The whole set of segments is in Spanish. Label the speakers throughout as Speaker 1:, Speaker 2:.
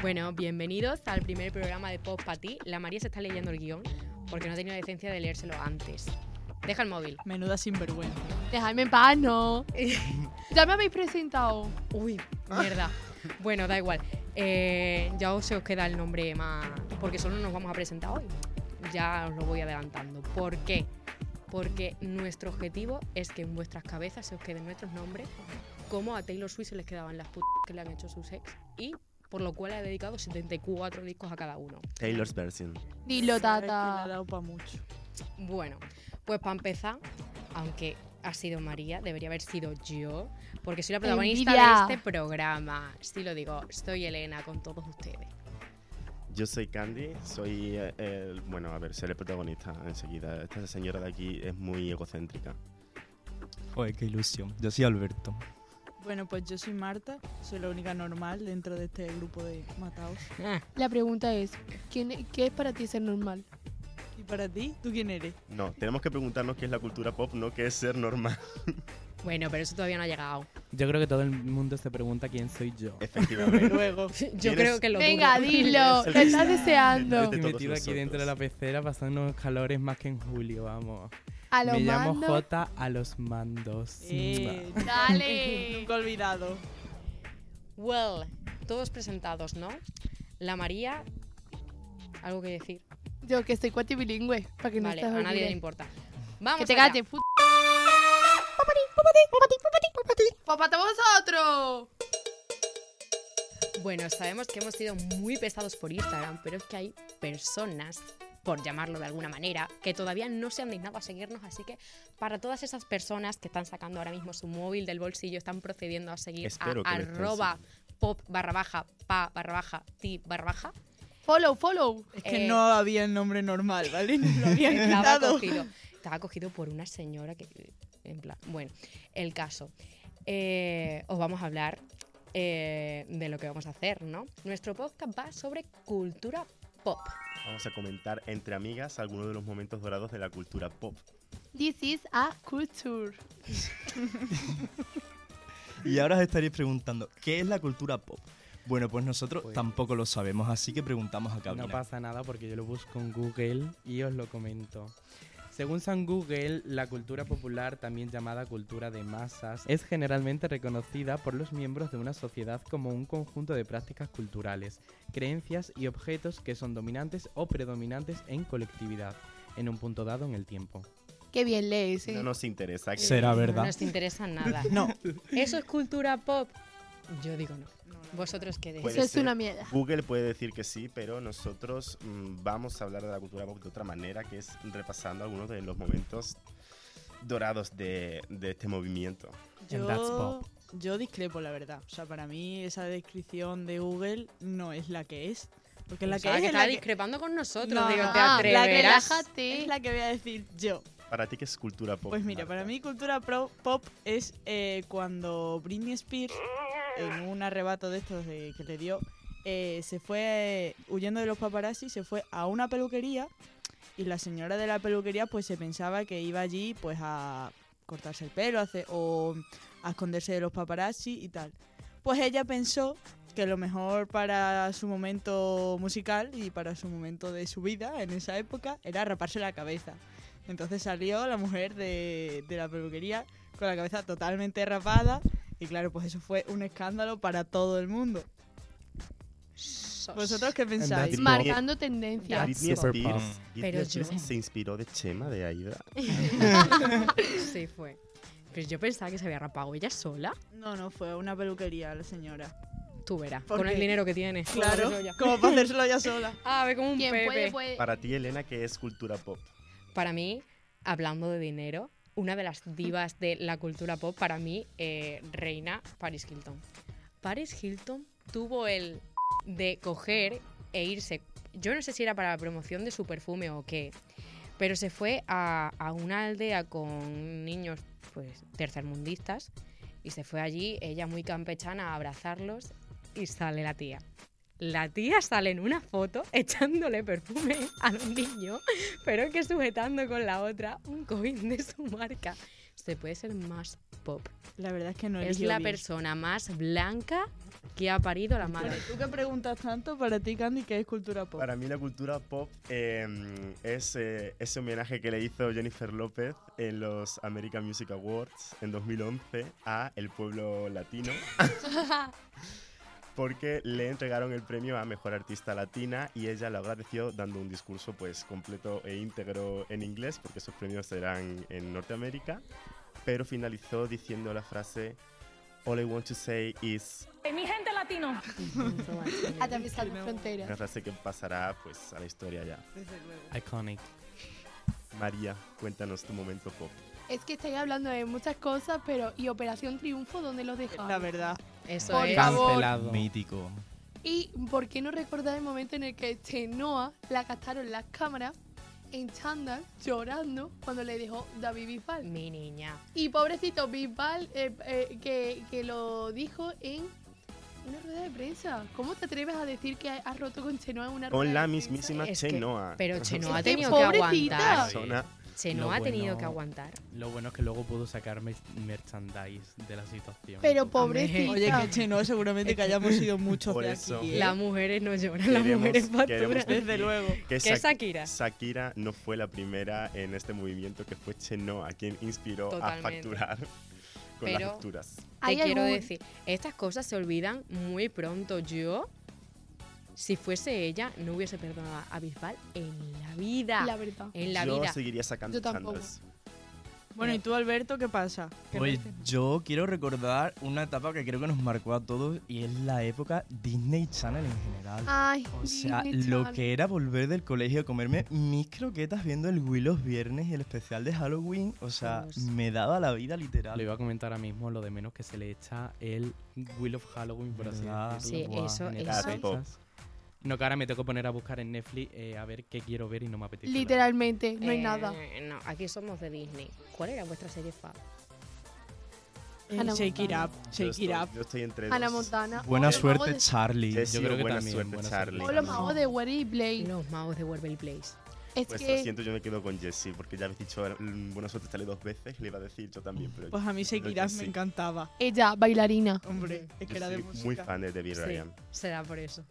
Speaker 1: Bueno, bienvenidos al primer programa de Post para ti. La María se está leyendo el guión porque no ha tenido la decencia de leérselo antes. Deja el móvil.
Speaker 2: Menuda sinvergüenza.
Speaker 3: Dejadme en paz, no. ya me habéis presentado.
Speaker 1: Uy, mierda. Bueno, da igual. Eh, ya os se os queda el nombre más. Porque solo nos vamos a presentar hoy. Ya os lo voy adelantando. ¿Por qué? Porque nuestro objetivo es que en vuestras cabezas se os queden nuestros nombres, como a Taylor Swift se les quedaban las putas que le han hecho sus ex, y por lo cual ha dedicado 74 discos a cada uno.
Speaker 4: Taylor's version.
Speaker 3: Dilo,
Speaker 2: Sabes que le ha
Speaker 3: tata.
Speaker 2: dado pa' mucho.
Speaker 1: Bueno, pues para empezar, aunque ha sido María, debería haber sido yo, porque soy la protagonista
Speaker 3: Envidia.
Speaker 1: de este programa. Sí lo digo, soy Elena con todos ustedes.
Speaker 4: Yo soy Candy, soy eh, el. Bueno, a ver, seré protagonista enseguida. Esta señora de aquí es muy egocéntrica.
Speaker 5: Joder, qué ilusión. Yo soy Alberto.
Speaker 2: Bueno, pues yo soy Marta, soy la única normal dentro de este grupo de mataos.
Speaker 3: La pregunta es, ¿quién, ¿qué es para ti ser normal?
Speaker 2: ¿Y para ti? ¿Tú quién eres?
Speaker 4: No, tenemos que preguntarnos qué es la cultura pop, no qué es ser normal.
Speaker 1: Bueno, pero eso todavía no ha llegado.
Speaker 5: Yo creo que todo el mundo se pregunta quién soy yo.
Speaker 4: Efectivamente.
Speaker 2: Luego.
Speaker 1: Yo
Speaker 4: ¿Quieres-
Speaker 1: creo que lo
Speaker 3: Venga,
Speaker 1: dudo.
Speaker 3: dilo.
Speaker 4: el
Speaker 3: Lo
Speaker 4: que-
Speaker 3: estás deseando.
Speaker 4: de
Speaker 5: Estoy
Speaker 4: todos
Speaker 5: metido aquí
Speaker 4: nosotros.
Speaker 5: dentro de la pecera pasando unos calores más que en julio, vamos.
Speaker 3: A lo
Speaker 5: Me llamo
Speaker 3: mando.
Speaker 5: J a los mandos.
Speaker 2: Eh,
Speaker 3: Dale.
Speaker 2: nunca olvidado.
Speaker 1: Well, todos presentados, ¿no? La María, algo que decir.
Speaker 3: Yo que soy cuate bilingüe, para que no
Speaker 1: vale, a
Speaker 3: estás
Speaker 1: nadie le
Speaker 3: olvidando.
Speaker 1: importa. Vamos
Speaker 3: Que te
Speaker 1: allá.
Speaker 3: calles, puta. ¡Papate vosotros!
Speaker 1: Bueno, sabemos que hemos sido muy pesados por Instagram, pero es que hay personas, por llamarlo de alguna manera, que todavía no se han dignado a seguirnos. Así que para todas esas personas que están sacando ahora mismo su móvil del bolsillo, están procediendo a seguir
Speaker 4: Espero
Speaker 1: a
Speaker 4: que lo estén
Speaker 1: arroba pop barra baja, pa barra baja, ti barra baja.
Speaker 3: Follow, follow.
Speaker 2: Es que
Speaker 1: Eh,
Speaker 2: no había el nombre normal, ¿vale? Lo habían
Speaker 1: Estaba
Speaker 2: quitado.
Speaker 1: cogido, estaba cogido por una señora que, en plan, bueno, el caso. Eh, os vamos a hablar eh, de lo que vamos a hacer, ¿no? Nuestro podcast va sobre cultura pop.
Speaker 4: Vamos a comentar entre amigas algunos de los momentos dorados de la cultura pop.
Speaker 3: This is a culture.
Speaker 6: Y ahora os estaréis preguntando, ¿qué es la cultura pop? Bueno, pues nosotros tampoco lo sabemos, así que preguntamos a cabina.
Speaker 5: No pasa nada porque yo lo busco en Google y os lo comento. Según San Google, la cultura popular, también llamada cultura de masas, es generalmente reconocida por los miembros de una sociedad como un conjunto de prácticas culturales, creencias y objetos que son dominantes o predominantes en colectividad, en un punto dado en el tiempo.
Speaker 3: Qué bien lees, eh.
Speaker 4: No nos interesa. que-
Speaker 6: Será
Speaker 1: No
Speaker 6: verdad.
Speaker 1: nos interesa nada.
Speaker 2: No.
Speaker 1: ¿Eso es cultura pop? Yo digo no. ¿Vosotros qué decís?
Speaker 4: Puede
Speaker 3: Eso es
Speaker 4: ser.
Speaker 3: una mierda.
Speaker 4: Google puede decir que sí, pero nosotros mm, vamos a hablar de la cultura pop de otra manera, que es repasando algunos de los momentos dorados de, de este movimiento.
Speaker 5: And that's
Speaker 2: Yo,
Speaker 5: pop.
Speaker 2: yo discrepo, la verdad. O sea, para mí esa descripción de Google no es la que es. Porque la que
Speaker 1: Pensaba
Speaker 2: es
Speaker 1: que Ah,
Speaker 2: es la
Speaker 1: estaba
Speaker 2: que,
Speaker 1: discrepando con nosotros.
Speaker 2: No,
Speaker 1: digo,
Speaker 2: no,
Speaker 1: ¿te
Speaker 3: Ah,
Speaker 2: no, la que
Speaker 1: atreverás?
Speaker 3: relaja- discrepante.
Speaker 2: es la que voy a decir yo.
Speaker 4: ¿Para ti qué es cultura pop?
Speaker 2: Pues mira,
Speaker 4: Marta?
Speaker 2: para mí cultura pro- pop es eh, cuando Britney Spears, en un arrebato de estos de- que le dio, eh, se fue eh, huyendo de los paparazzi, se fue a una peluquería y la señora de la peluquería pues se pensaba que iba allí pues a cortarse el pelo a hacer- o a esconderse de los paparazzi y tal. Pues ella pensó que lo mejor para su momento musical y para su momento de su vida en esa época era raparse la cabeza. Entonces salió la mujer de, de la peluquería con la cabeza totalmente rapada y claro, pues eso fue un escándalo para todo el mundo.
Speaker 1: Sos.
Speaker 2: ¿Vosotros qué pensáis?
Speaker 5: Tipo-
Speaker 3: Marcando
Speaker 1: Ya.
Speaker 3: tendencias.
Speaker 4: Britney
Speaker 5: Super
Speaker 4: Spears,
Speaker 5: pop.
Speaker 4: Britney
Speaker 1: Pero
Speaker 4: Spears
Speaker 1: yo-
Speaker 4: se inspiró de Chema de Aida.
Speaker 2: Eh,
Speaker 1: Sí, fue. Pero yo pensaba que se había rapado ella sola.
Speaker 2: No, no, fue una peluquería la señora.
Speaker 1: Tú verás,
Speaker 2: ¿Por
Speaker 1: con el
Speaker 2: qué?
Speaker 1: dinero que tiene.
Speaker 2: Claro, como para hacérselo ya sola.
Speaker 1: Ah, ve como un
Speaker 3: Quien
Speaker 1: pepe.
Speaker 3: puede, puede.
Speaker 4: Para ti, Elena, ¿qué es cultura pop?
Speaker 1: Para mí, hablando de dinero, una de las divas de la cultura pop, para mí, eh, reina Paris Hilton. Paris Hilton tuvo el de coger e irse. Yo no sé si era para la promoción de su perfume o qué, pero se fue a, a una aldea con niños pues, tercermundistas y se fue allí, ella muy campechana, a abrazarlos y sale la tía. La tía sale en una foto echándole perfume a los niños pero que sujetando con la otra un cojín de su marca. Se puede ser más pop.
Speaker 2: La verdad es que no
Speaker 1: es
Speaker 2: eligió
Speaker 1: la
Speaker 2: bien.
Speaker 1: persona más blanca que ha parido la madre.
Speaker 2: ¿Tú qué preguntas tanto para ti, Candy, qué es cultura pop?
Speaker 4: Para mí la cultura pop eh, es eh, ese homenaje que le hizo Jennifer López en los American Music Awards en 2011 a El Pueblo Latino. porque le entregaron el premio a Mejor Artista Latina y ella lo agradeció dando un discurso pues completo e íntegro en inglés, porque esos premios serán en Norteamérica, pero finalizó diciendo la frase All I want to say is
Speaker 7: Eh, Mi gente latino.
Speaker 3: Atravesando
Speaker 4: una
Speaker 3: fronteras.
Speaker 4: frase que pasará pues a la historia ya.
Speaker 2: Desde luego.
Speaker 5: Iconic.
Speaker 4: María, cuéntanos tu momento pop.
Speaker 3: Es que estáis hablando de muchas cosas, pero. ¿Y Operación Triunfo dónde los dejáis?
Speaker 2: La verdad.
Speaker 1: Eso
Speaker 3: Por
Speaker 1: es.
Speaker 3: favor.
Speaker 5: Cancelado.
Speaker 6: Mítico.
Speaker 3: ¿Y por qué no recordar el momento en el que Chenoa la captaron las cámaras en chándal llorando cuando le dejó David Bisbal?
Speaker 1: Mi niña.
Speaker 3: Y pobrecito Bisbal eh, eh, que, que lo dijo en una rueda de prensa. ¿Cómo te atreves a decir que has roto con Chenoa en una rueda
Speaker 4: Con la
Speaker 3: de prensa?
Speaker 4: mismísima
Speaker 1: Es que-
Speaker 4: Chenoa. Este
Speaker 1: Pero Chenoa ha
Speaker 3: Es que
Speaker 1: tenido que
Speaker 3: pobrecita.
Speaker 1: aguantar.
Speaker 4: Persona-
Speaker 1: Chenoa ha
Speaker 5: Lo
Speaker 1: tenido
Speaker 5: bueno-
Speaker 1: que aguantar.
Speaker 5: Lo bueno es que luego pudo sacarme merchandise de la situación.
Speaker 3: Pero
Speaker 1: Amén.
Speaker 3: pobrecita.
Speaker 2: Oye, que Chenoa seguramente que hayamos sido muchos
Speaker 4: Por
Speaker 2: de
Speaker 4: eso.
Speaker 2: aquí. ¿eh?
Speaker 1: Las mujeres no lloran, las
Speaker 4: Queremos-
Speaker 1: mujeres
Speaker 4: queremos
Speaker 1: facturan.
Speaker 4: decir
Speaker 2: Desde luego.
Speaker 4: que
Speaker 1: ¿Qué es
Speaker 4: Shak-
Speaker 1: Shakira?
Speaker 4: Shakira no fue la primera en este movimiento, que fue Chenoa quien inspiró a
Speaker 1: Totalmente.
Speaker 4: facturar con las
Speaker 1: Pero-
Speaker 4: facturas.
Speaker 1: Te
Speaker 3: ¿Hay
Speaker 1: quiero
Speaker 3: algún-
Speaker 1: decir, estas cosas se olvidan muy pronto. Yo, si fuese ella, no hubiese perdonado a Bisbal en la vida.
Speaker 3: La verdad.
Speaker 1: en la
Speaker 4: Yo
Speaker 1: vida.
Speaker 4: seguiría sacando
Speaker 3: Yo tampoco.
Speaker 4: chándals.
Speaker 2: Bueno, ¿y tú, Alberto, qué pasa? ¿Qué
Speaker 6: Pues
Speaker 2: dices?
Speaker 6: yo quiero recordar una etapa que creo que nos marcó a todos y es la época Disney Channel en general.
Speaker 3: Ay,
Speaker 6: O sea,
Speaker 3: Ah, Disney
Speaker 6: lo
Speaker 3: Channel.
Speaker 6: que era volver del colegio a comerme mis croquetas viendo el Wii los viernes y el especial de Halloween, o sea,
Speaker 1: Dios.
Speaker 6: me daba la vida
Speaker 5: Lo
Speaker 6: literal.
Speaker 5: iba a comentar ahora mismo, lo de menos que se le echa el Wheel of Halloween, por así
Speaker 6: ¿Verdad?
Speaker 5: decirlo.
Speaker 1: Sí,
Speaker 6: Guau,
Speaker 1: eso,
Speaker 5: en
Speaker 1: eso.
Speaker 5: esas
Speaker 4: Claro.
Speaker 5: fechas. No, que ahora me tengo que poner a buscar en Netflix eh, a ver qué quiero ver y no me apetece. la verdad.
Speaker 3: Literalmente, no hay
Speaker 1: Eh,
Speaker 3: nada.
Speaker 1: No, aquí somos de Disney. ¿Cuál era vuestra serie fa?
Speaker 2: Eh,
Speaker 3: Ana
Speaker 2: shake it up,
Speaker 3: Montana.
Speaker 4: Yo
Speaker 2: shake
Speaker 4: estoy,
Speaker 2: it up.
Speaker 4: yo estoy entre
Speaker 3: Ana
Speaker 4: dos.
Speaker 3: Montana.
Speaker 6: Buena
Speaker 3: o los magos
Speaker 6: suerte,
Speaker 3: de-
Speaker 6: Charlie.
Speaker 4: Yo he
Speaker 5: Yo
Speaker 4: sido
Speaker 5: creo que
Speaker 4: buena
Speaker 5: también,
Speaker 4: suerte,
Speaker 5: buena
Speaker 4: Charlie.
Speaker 3: O los magos de Wery y Blake.
Speaker 1: Los magos de Werber Blaze.
Speaker 3: Es
Speaker 4: Pues lo
Speaker 3: que
Speaker 4: siento, yo me quedo con Jessie, porque ya habéis dicho mm, buena suerte sale dos veces, le iba a decir yo también, pero
Speaker 2: Pues a mí Shake
Speaker 4: Pero
Speaker 2: It
Speaker 4: yo
Speaker 2: Up me
Speaker 4: sí.
Speaker 2: encantaba.
Speaker 3: ella, bailarina.
Speaker 2: Hombre, es
Speaker 4: yo
Speaker 2: que era de
Speaker 4: soy
Speaker 2: música.
Speaker 4: muy fan de Debbie
Speaker 1: Sí,
Speaker 4: Ryan.
Speaker 1: será por eso.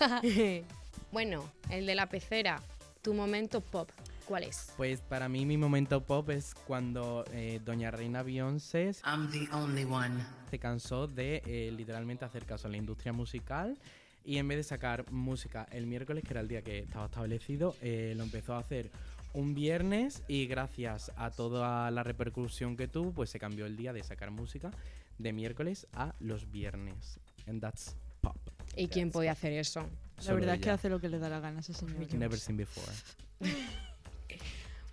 Speaker 1: bueno, el de la pecera. Tu momento pop, ¿cuál es?
Speaker 5: Pues para mí mi momento pop es cuando eh, Doña Reina Beyoncé
Speaker 8: I'm the only one.
Speaker 5: se cansó de eh, literalmente hacer caso a la industria musical y en vez de sacar música el miércoles, que era el día que estaba establecido, eh, lo empezó a hacer un viernes y gracias a toda la repercusión que tuvo, pues se cambió el día de sacar música de miércoles a los viernes. And that's pop.
Speaker 1: ¿Y quién podía hacer eso?
Speaker 2: La
Speaker 5: Solo
Speaker 2: verdad es que
Speaker 5: ella.
Speaker 2: hace lo que le da la gana a ese señor.
Speaker 5: Never seen before.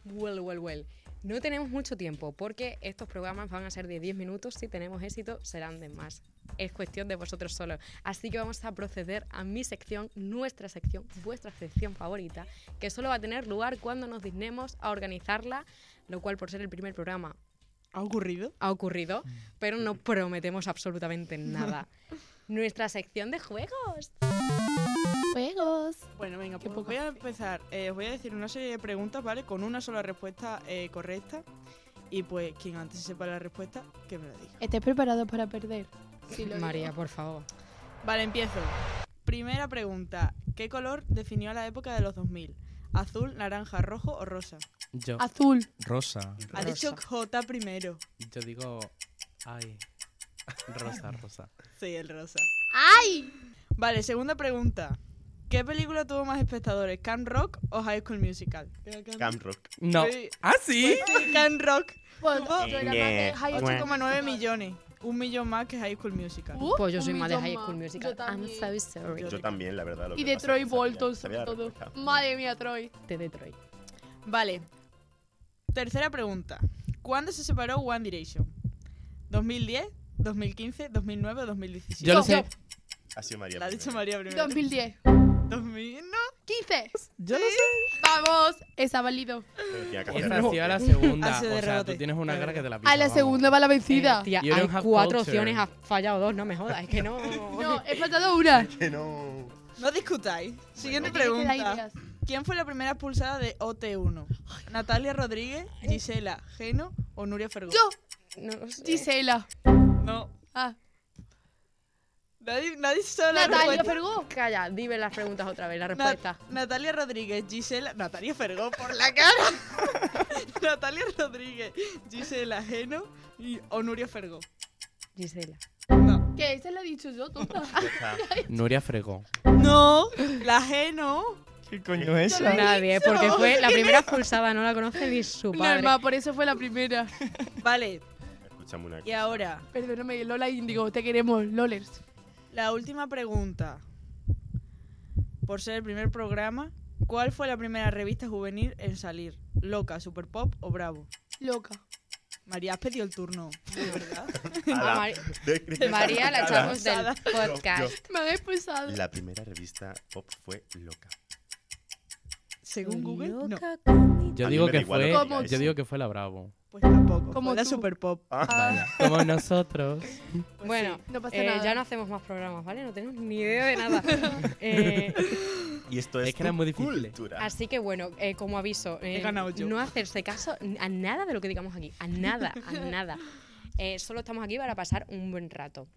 Speaker 1: Well, well, well. No tenemos mucho tiempo porque estos programas van a ser de 10 minutos. Si tenemos éxito, serán de más. Es cuestión de vosotros solos. Así que vamos a proceder a mi sección, nuestra sección, vuestra sección favorita, que solo va a tener lugar cuando nos dignemos a organizarla, lo cual por ser el primer programa
Speaker 2: ¿Ha ocurrido?
Speaker 1: ha ocurrido, pero no prometemos absolutamente nada. Nuestra sección de juegos.
Speaker 3: Juegos.
Speaker 2: Bueno, venga,
Speaker 3: Qué
Speaker 2: pues
Speaker 3: poco.
Speaker 2: voy a empezar. Eh, os voy a decir una serie de preguntas, ¿vale? Con una sola respuesta eh, correcta. Y pues quien antes sepa la respuesta, que me lo diga.
Speaker 3: ¿Estás preparado para perder? Sí, lo
Speaker 1: María,
Speaker 3: digo.
Speaker 1: por favor.
Speaker 2: Vale, empiezo. Primera pregunta. ¿Qué color definió la época de los 2000? ¿Azul, naranja, rojo o rosa?
Speaker 5: Yo,
Speaker 3: Azul.
Speaker 6: Rosa.
Speaker 2: Ha
Speaker 1: Rosa.
Speaker 2: dicho J primero.
Speaker 5: yo digo, ay, rosa, rosa.
Speaker 2: Sí, el rosa.
Speaker 3: ¡Ay!
Speaker 2: Vale, segunda pregunta. ¿Qué película tuvo más espectadores, Can Rock o High School Musical?
Speaker 4: Camp Rock.
Speaker 5: No.
Speaker 2: Sí.
Speaker 5: ¿Ah, sí?
Speaker 2: Can Rock,
Speaker 3: Pues
Speaker 2: Tuvo
Speaker 3: yo era más de
Speaker 4: Ñe.
Speaker 3: High School
Speaker 2: 8,9 millones. Un millón más que High School Musical.
Speaker 3: Uh,
Speaker 1: Pues yo
Speaker 3: un
Speaker 1: soy más de
Speaker 3: millón
Speaker 1: High School Musical. Ah,
Speaker 3: Yo también.
Speaker 1: I'm so sorry.
Speaker 4: Yo, también, la verdad. Lo
Speaker 3: Y
Speaker 4: que
Speaker 3: de
Speaker 4: pasa es
Speaker 3: Troy
Speaker 4: que sabía-
Speaker 3: Bolton,
Speaker 4: sabía
Speaker 3: sobre
Speaker 4: la
Speaker 3: todo.
Speaker 4: respuesta.
Speaker 3: Madre mía, Troy.
Speaker 1: De Detroit.
Speaker 2: Vale. Tercera pregunta. ¿Cuándo se separó One Direction? ¿2010, 2015, 2009 o 2017?
Speaker 5: Yo lo
Speaker 3: No,
Speaker 5: sé.
Speaker 4: Ha sido María.
Speaker 2: La ha dicho
Speaker 4: primero.
Speaker 2: María primero.
Speaker 3: 2010.
Speaker 2: 2000, no.
Speaker 3: 15.
Speaker 2: Yo lo sé.
Speaker 3: Vamos. Está válido.
Speaker 4: Pero tenía que
Speaker 5: Esa
Speaker 4: hacerlo.
Speaker 5: ha sido la segunda. o
Speaker 2: Hace de
Speaker 5: sea, tú
Speaker 2: rebote.
Speaker 5: tienes una
Speaker 2: La
Speaker 5: cara que
Speaker 2: verdad.
Speaker 5: te la
Speaker 3: A
Speaker 5: pisa,
Speaker 3: la
Speaker 5: vamos.
Speaker 3: segunda va la vencida.
Speaker 1: Eh, Tía,
Speaker 5: You
Speaker 1: hay
Speaker 5: don't have
Speaker 1: cuatro
Speaker 5: culture.
Speaker 1: opciones, has fallado dos, no me jodas, es que no.
Speaker 3: No,
Speaker 1: eh.
Speaker 3: he faltado una.
Speaker 4: Que no.
Speaker 2: No discutáis. Siguiente
Speaker 3: Tiene que dar
Speaker 2: pregunta.
Speaker 3: ideas.
Speaker 2: ¿Quién fue la primera expulsada de OT1? ¿Natalia Rodríguez, Gisela Geno o Nuria Fergó?
Speaker 3: Yo,
Speaker 1: No lo sé.
Speaker 3: Ah. Gisela.
Speaker 2: No.
Speaker 3: Ah,
Speaker 2: Nadie, nadie sabe la
Speaker 1: Natalia
Speaker 2: respuesta.
Speaker 1: Fergó. Calla, dime las preguntas otra vez, la
Speaker 2: Na-
Speaker 1: respuesta.
Speaker 2: Natalia Rodríguez, Gisela. Natalia Fergó por la cara. Natalia Rodríguez, Gisela Geno y Onuria Fergó.
Speaker 1: Gisela.
Speaker 2: No.
Speaker 3: Que esa la he dicho yo, tonta.
Speaker 4: Ya está.
Speaker 5: Nuria fregó.
Speaker 2: No, la Geno.
Speaker 6: ¿Qué coño es
Speaker 3: Yo lo he
Speaker 6: esa?
Speaker 1: Nadie,
Speaker 3: dicho.
Speaker 1: porque fue la primera expulsada, no la conoce ni su padre.
Speaker 3: Normal, por eso fue la primera.
Speaker 2: Vale,
Speaker 4: Escúchame una
Speaker 2: y
Speaker 4: cosa.
Speaker 2: ahora,
Speaker 3: Perdóname, Lola Índigo, te queremos, Lolers.
Speaker 2: la última pregunta. Por ser el primer programa, ¿cuál fue la primera revista juvenil en salir? ¿Loca, Super Pop o Bravo?
Speaker 3: Loca.
Speaker 2: María, has pedido el turno, de verdad.
Speaker 1: A
Speaker 4: Ala.
Speaker 1: Mari-
Speaker 4: Ah, De- de- de-
Speaker 1: María la
Speaker 4: Ala.
Speaker 1: echamos del
Speaker 2: Yo-
Speaker 1: podcast.
Speaker 3: Me han expulsado.
Speaker 4: La primera revista pop fue loca.
Speaker 2: Según Google, no.
Speaker 1: Loca
Speaker 5: Yo
Speaker 4: A mí
Speaker 5: digo
Speaker 4: me
Speaker 5: que
Speaker 4: da igual lo que
Speaker 5: fue.
Speaker 4: digáis,
Speaker 5: Yo
Speaker 4: ¿eh?
Speaker 5: digo que fue la Bravo.
Speaker 2: Pues tampoco.
Speaker 3: Como
Speaker 2: Como la
Speaker 3: tú.
Speaker 2: Super Pop.
Speaker 3: Ah,
Speaker 5: Como nosotros.
Speaker 2: Pues
Speaker 1: Bueno,
Speaker 3: no pasa
Speaker 1: eh,
Speaker 3: nada.
Speaker 1: ya no hacemos más programas, ¿vale? No tenemos ni idea de nada. Eh,
Speaker 4: Y esto
Speaker 5: Es
Speaker 4: es,
Speaker 5: que era
Speaker 4: tu
Speaker 5: muy difícil.
Speaker 4: cultura.
Speaker 1: así que bueno, eh, como aviso, eh,
Speaker 2: He ganado yo.
Speaker 1: no hacerse caso a nada de lo que digamos aquí, a nada, a nada. Eh, solo estamos aquí para pasar un buen rato.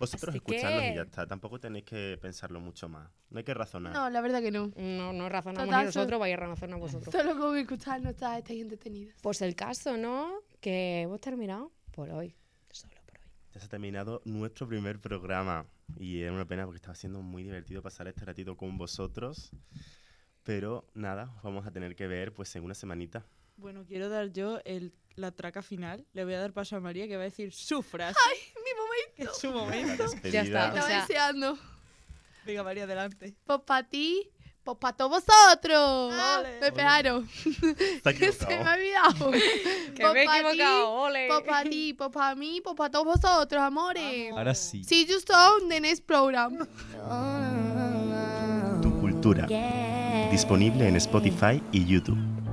Speaker 4: Vosotros
Speaker 1: así que-
Speaker 4: escuchadlos y ya está. Tampoco tenéis que pensarlo mucho más. No hay que razonar.
Speaker 3: No, la verdad que no.
Speaker 1: No, no razonamos
Speaker 3: Total,
Speaker 1: ni nosotros,
Speaker 3: son-
Speaker 1: vais a razonar vosotros.
Speaker 3: Solo como escuchar no está, estáis entretenidas.
Speaker 1: Pues el caso, ¿no? Que hemos terminado por hoy. Solo por hoy.
Speaker 4: Ya se ha terminado nuestro primer programa. Y era una pena porque estaba siendo muy divertido pasar este ratito con vosotros. Pero nada, os vamos a tener que ver pues en una semanita.
Speaker 2: Bueno, quiero dar yo el- la traca final. Le voy a dar paso a María que va a decir su frase.
Speaker 3: Mi momento
Speaker 2: que es su
Speaker 4: La
Speaker 2: momento.
Speaker 4: despedida.
Speaker 1: Ya está.
Speaker 3: estaba
Speaker 1: O sea-
Speaker 3: deseando.
Speaker 2: Venga, María, adelante.
Speaker 3: Pues para ti, pues para todos vosotros.
Speaker 2: Ole.
Speaker 3: Me pegaron.
Speaker 4: Está
Speaker 3: Que se me
Speaker 4: equivocado.
Speaker 3: ha olvidado. Pues
Speaker 1: Que me he
Speaker 3: pa' ti,
Speaker 1: equivocado, ole.
Speaker 3: Pues para ti, pues para mí, pues para todos vosotros, amores.
Speaker 4: Ah.
Speaker 2: Vamos.
Speaker 6: Ahora sí.
Speaker 3: See you soon, the next program.
Speaker 4: Tu cultura. Disponible en Spotify y YouTube.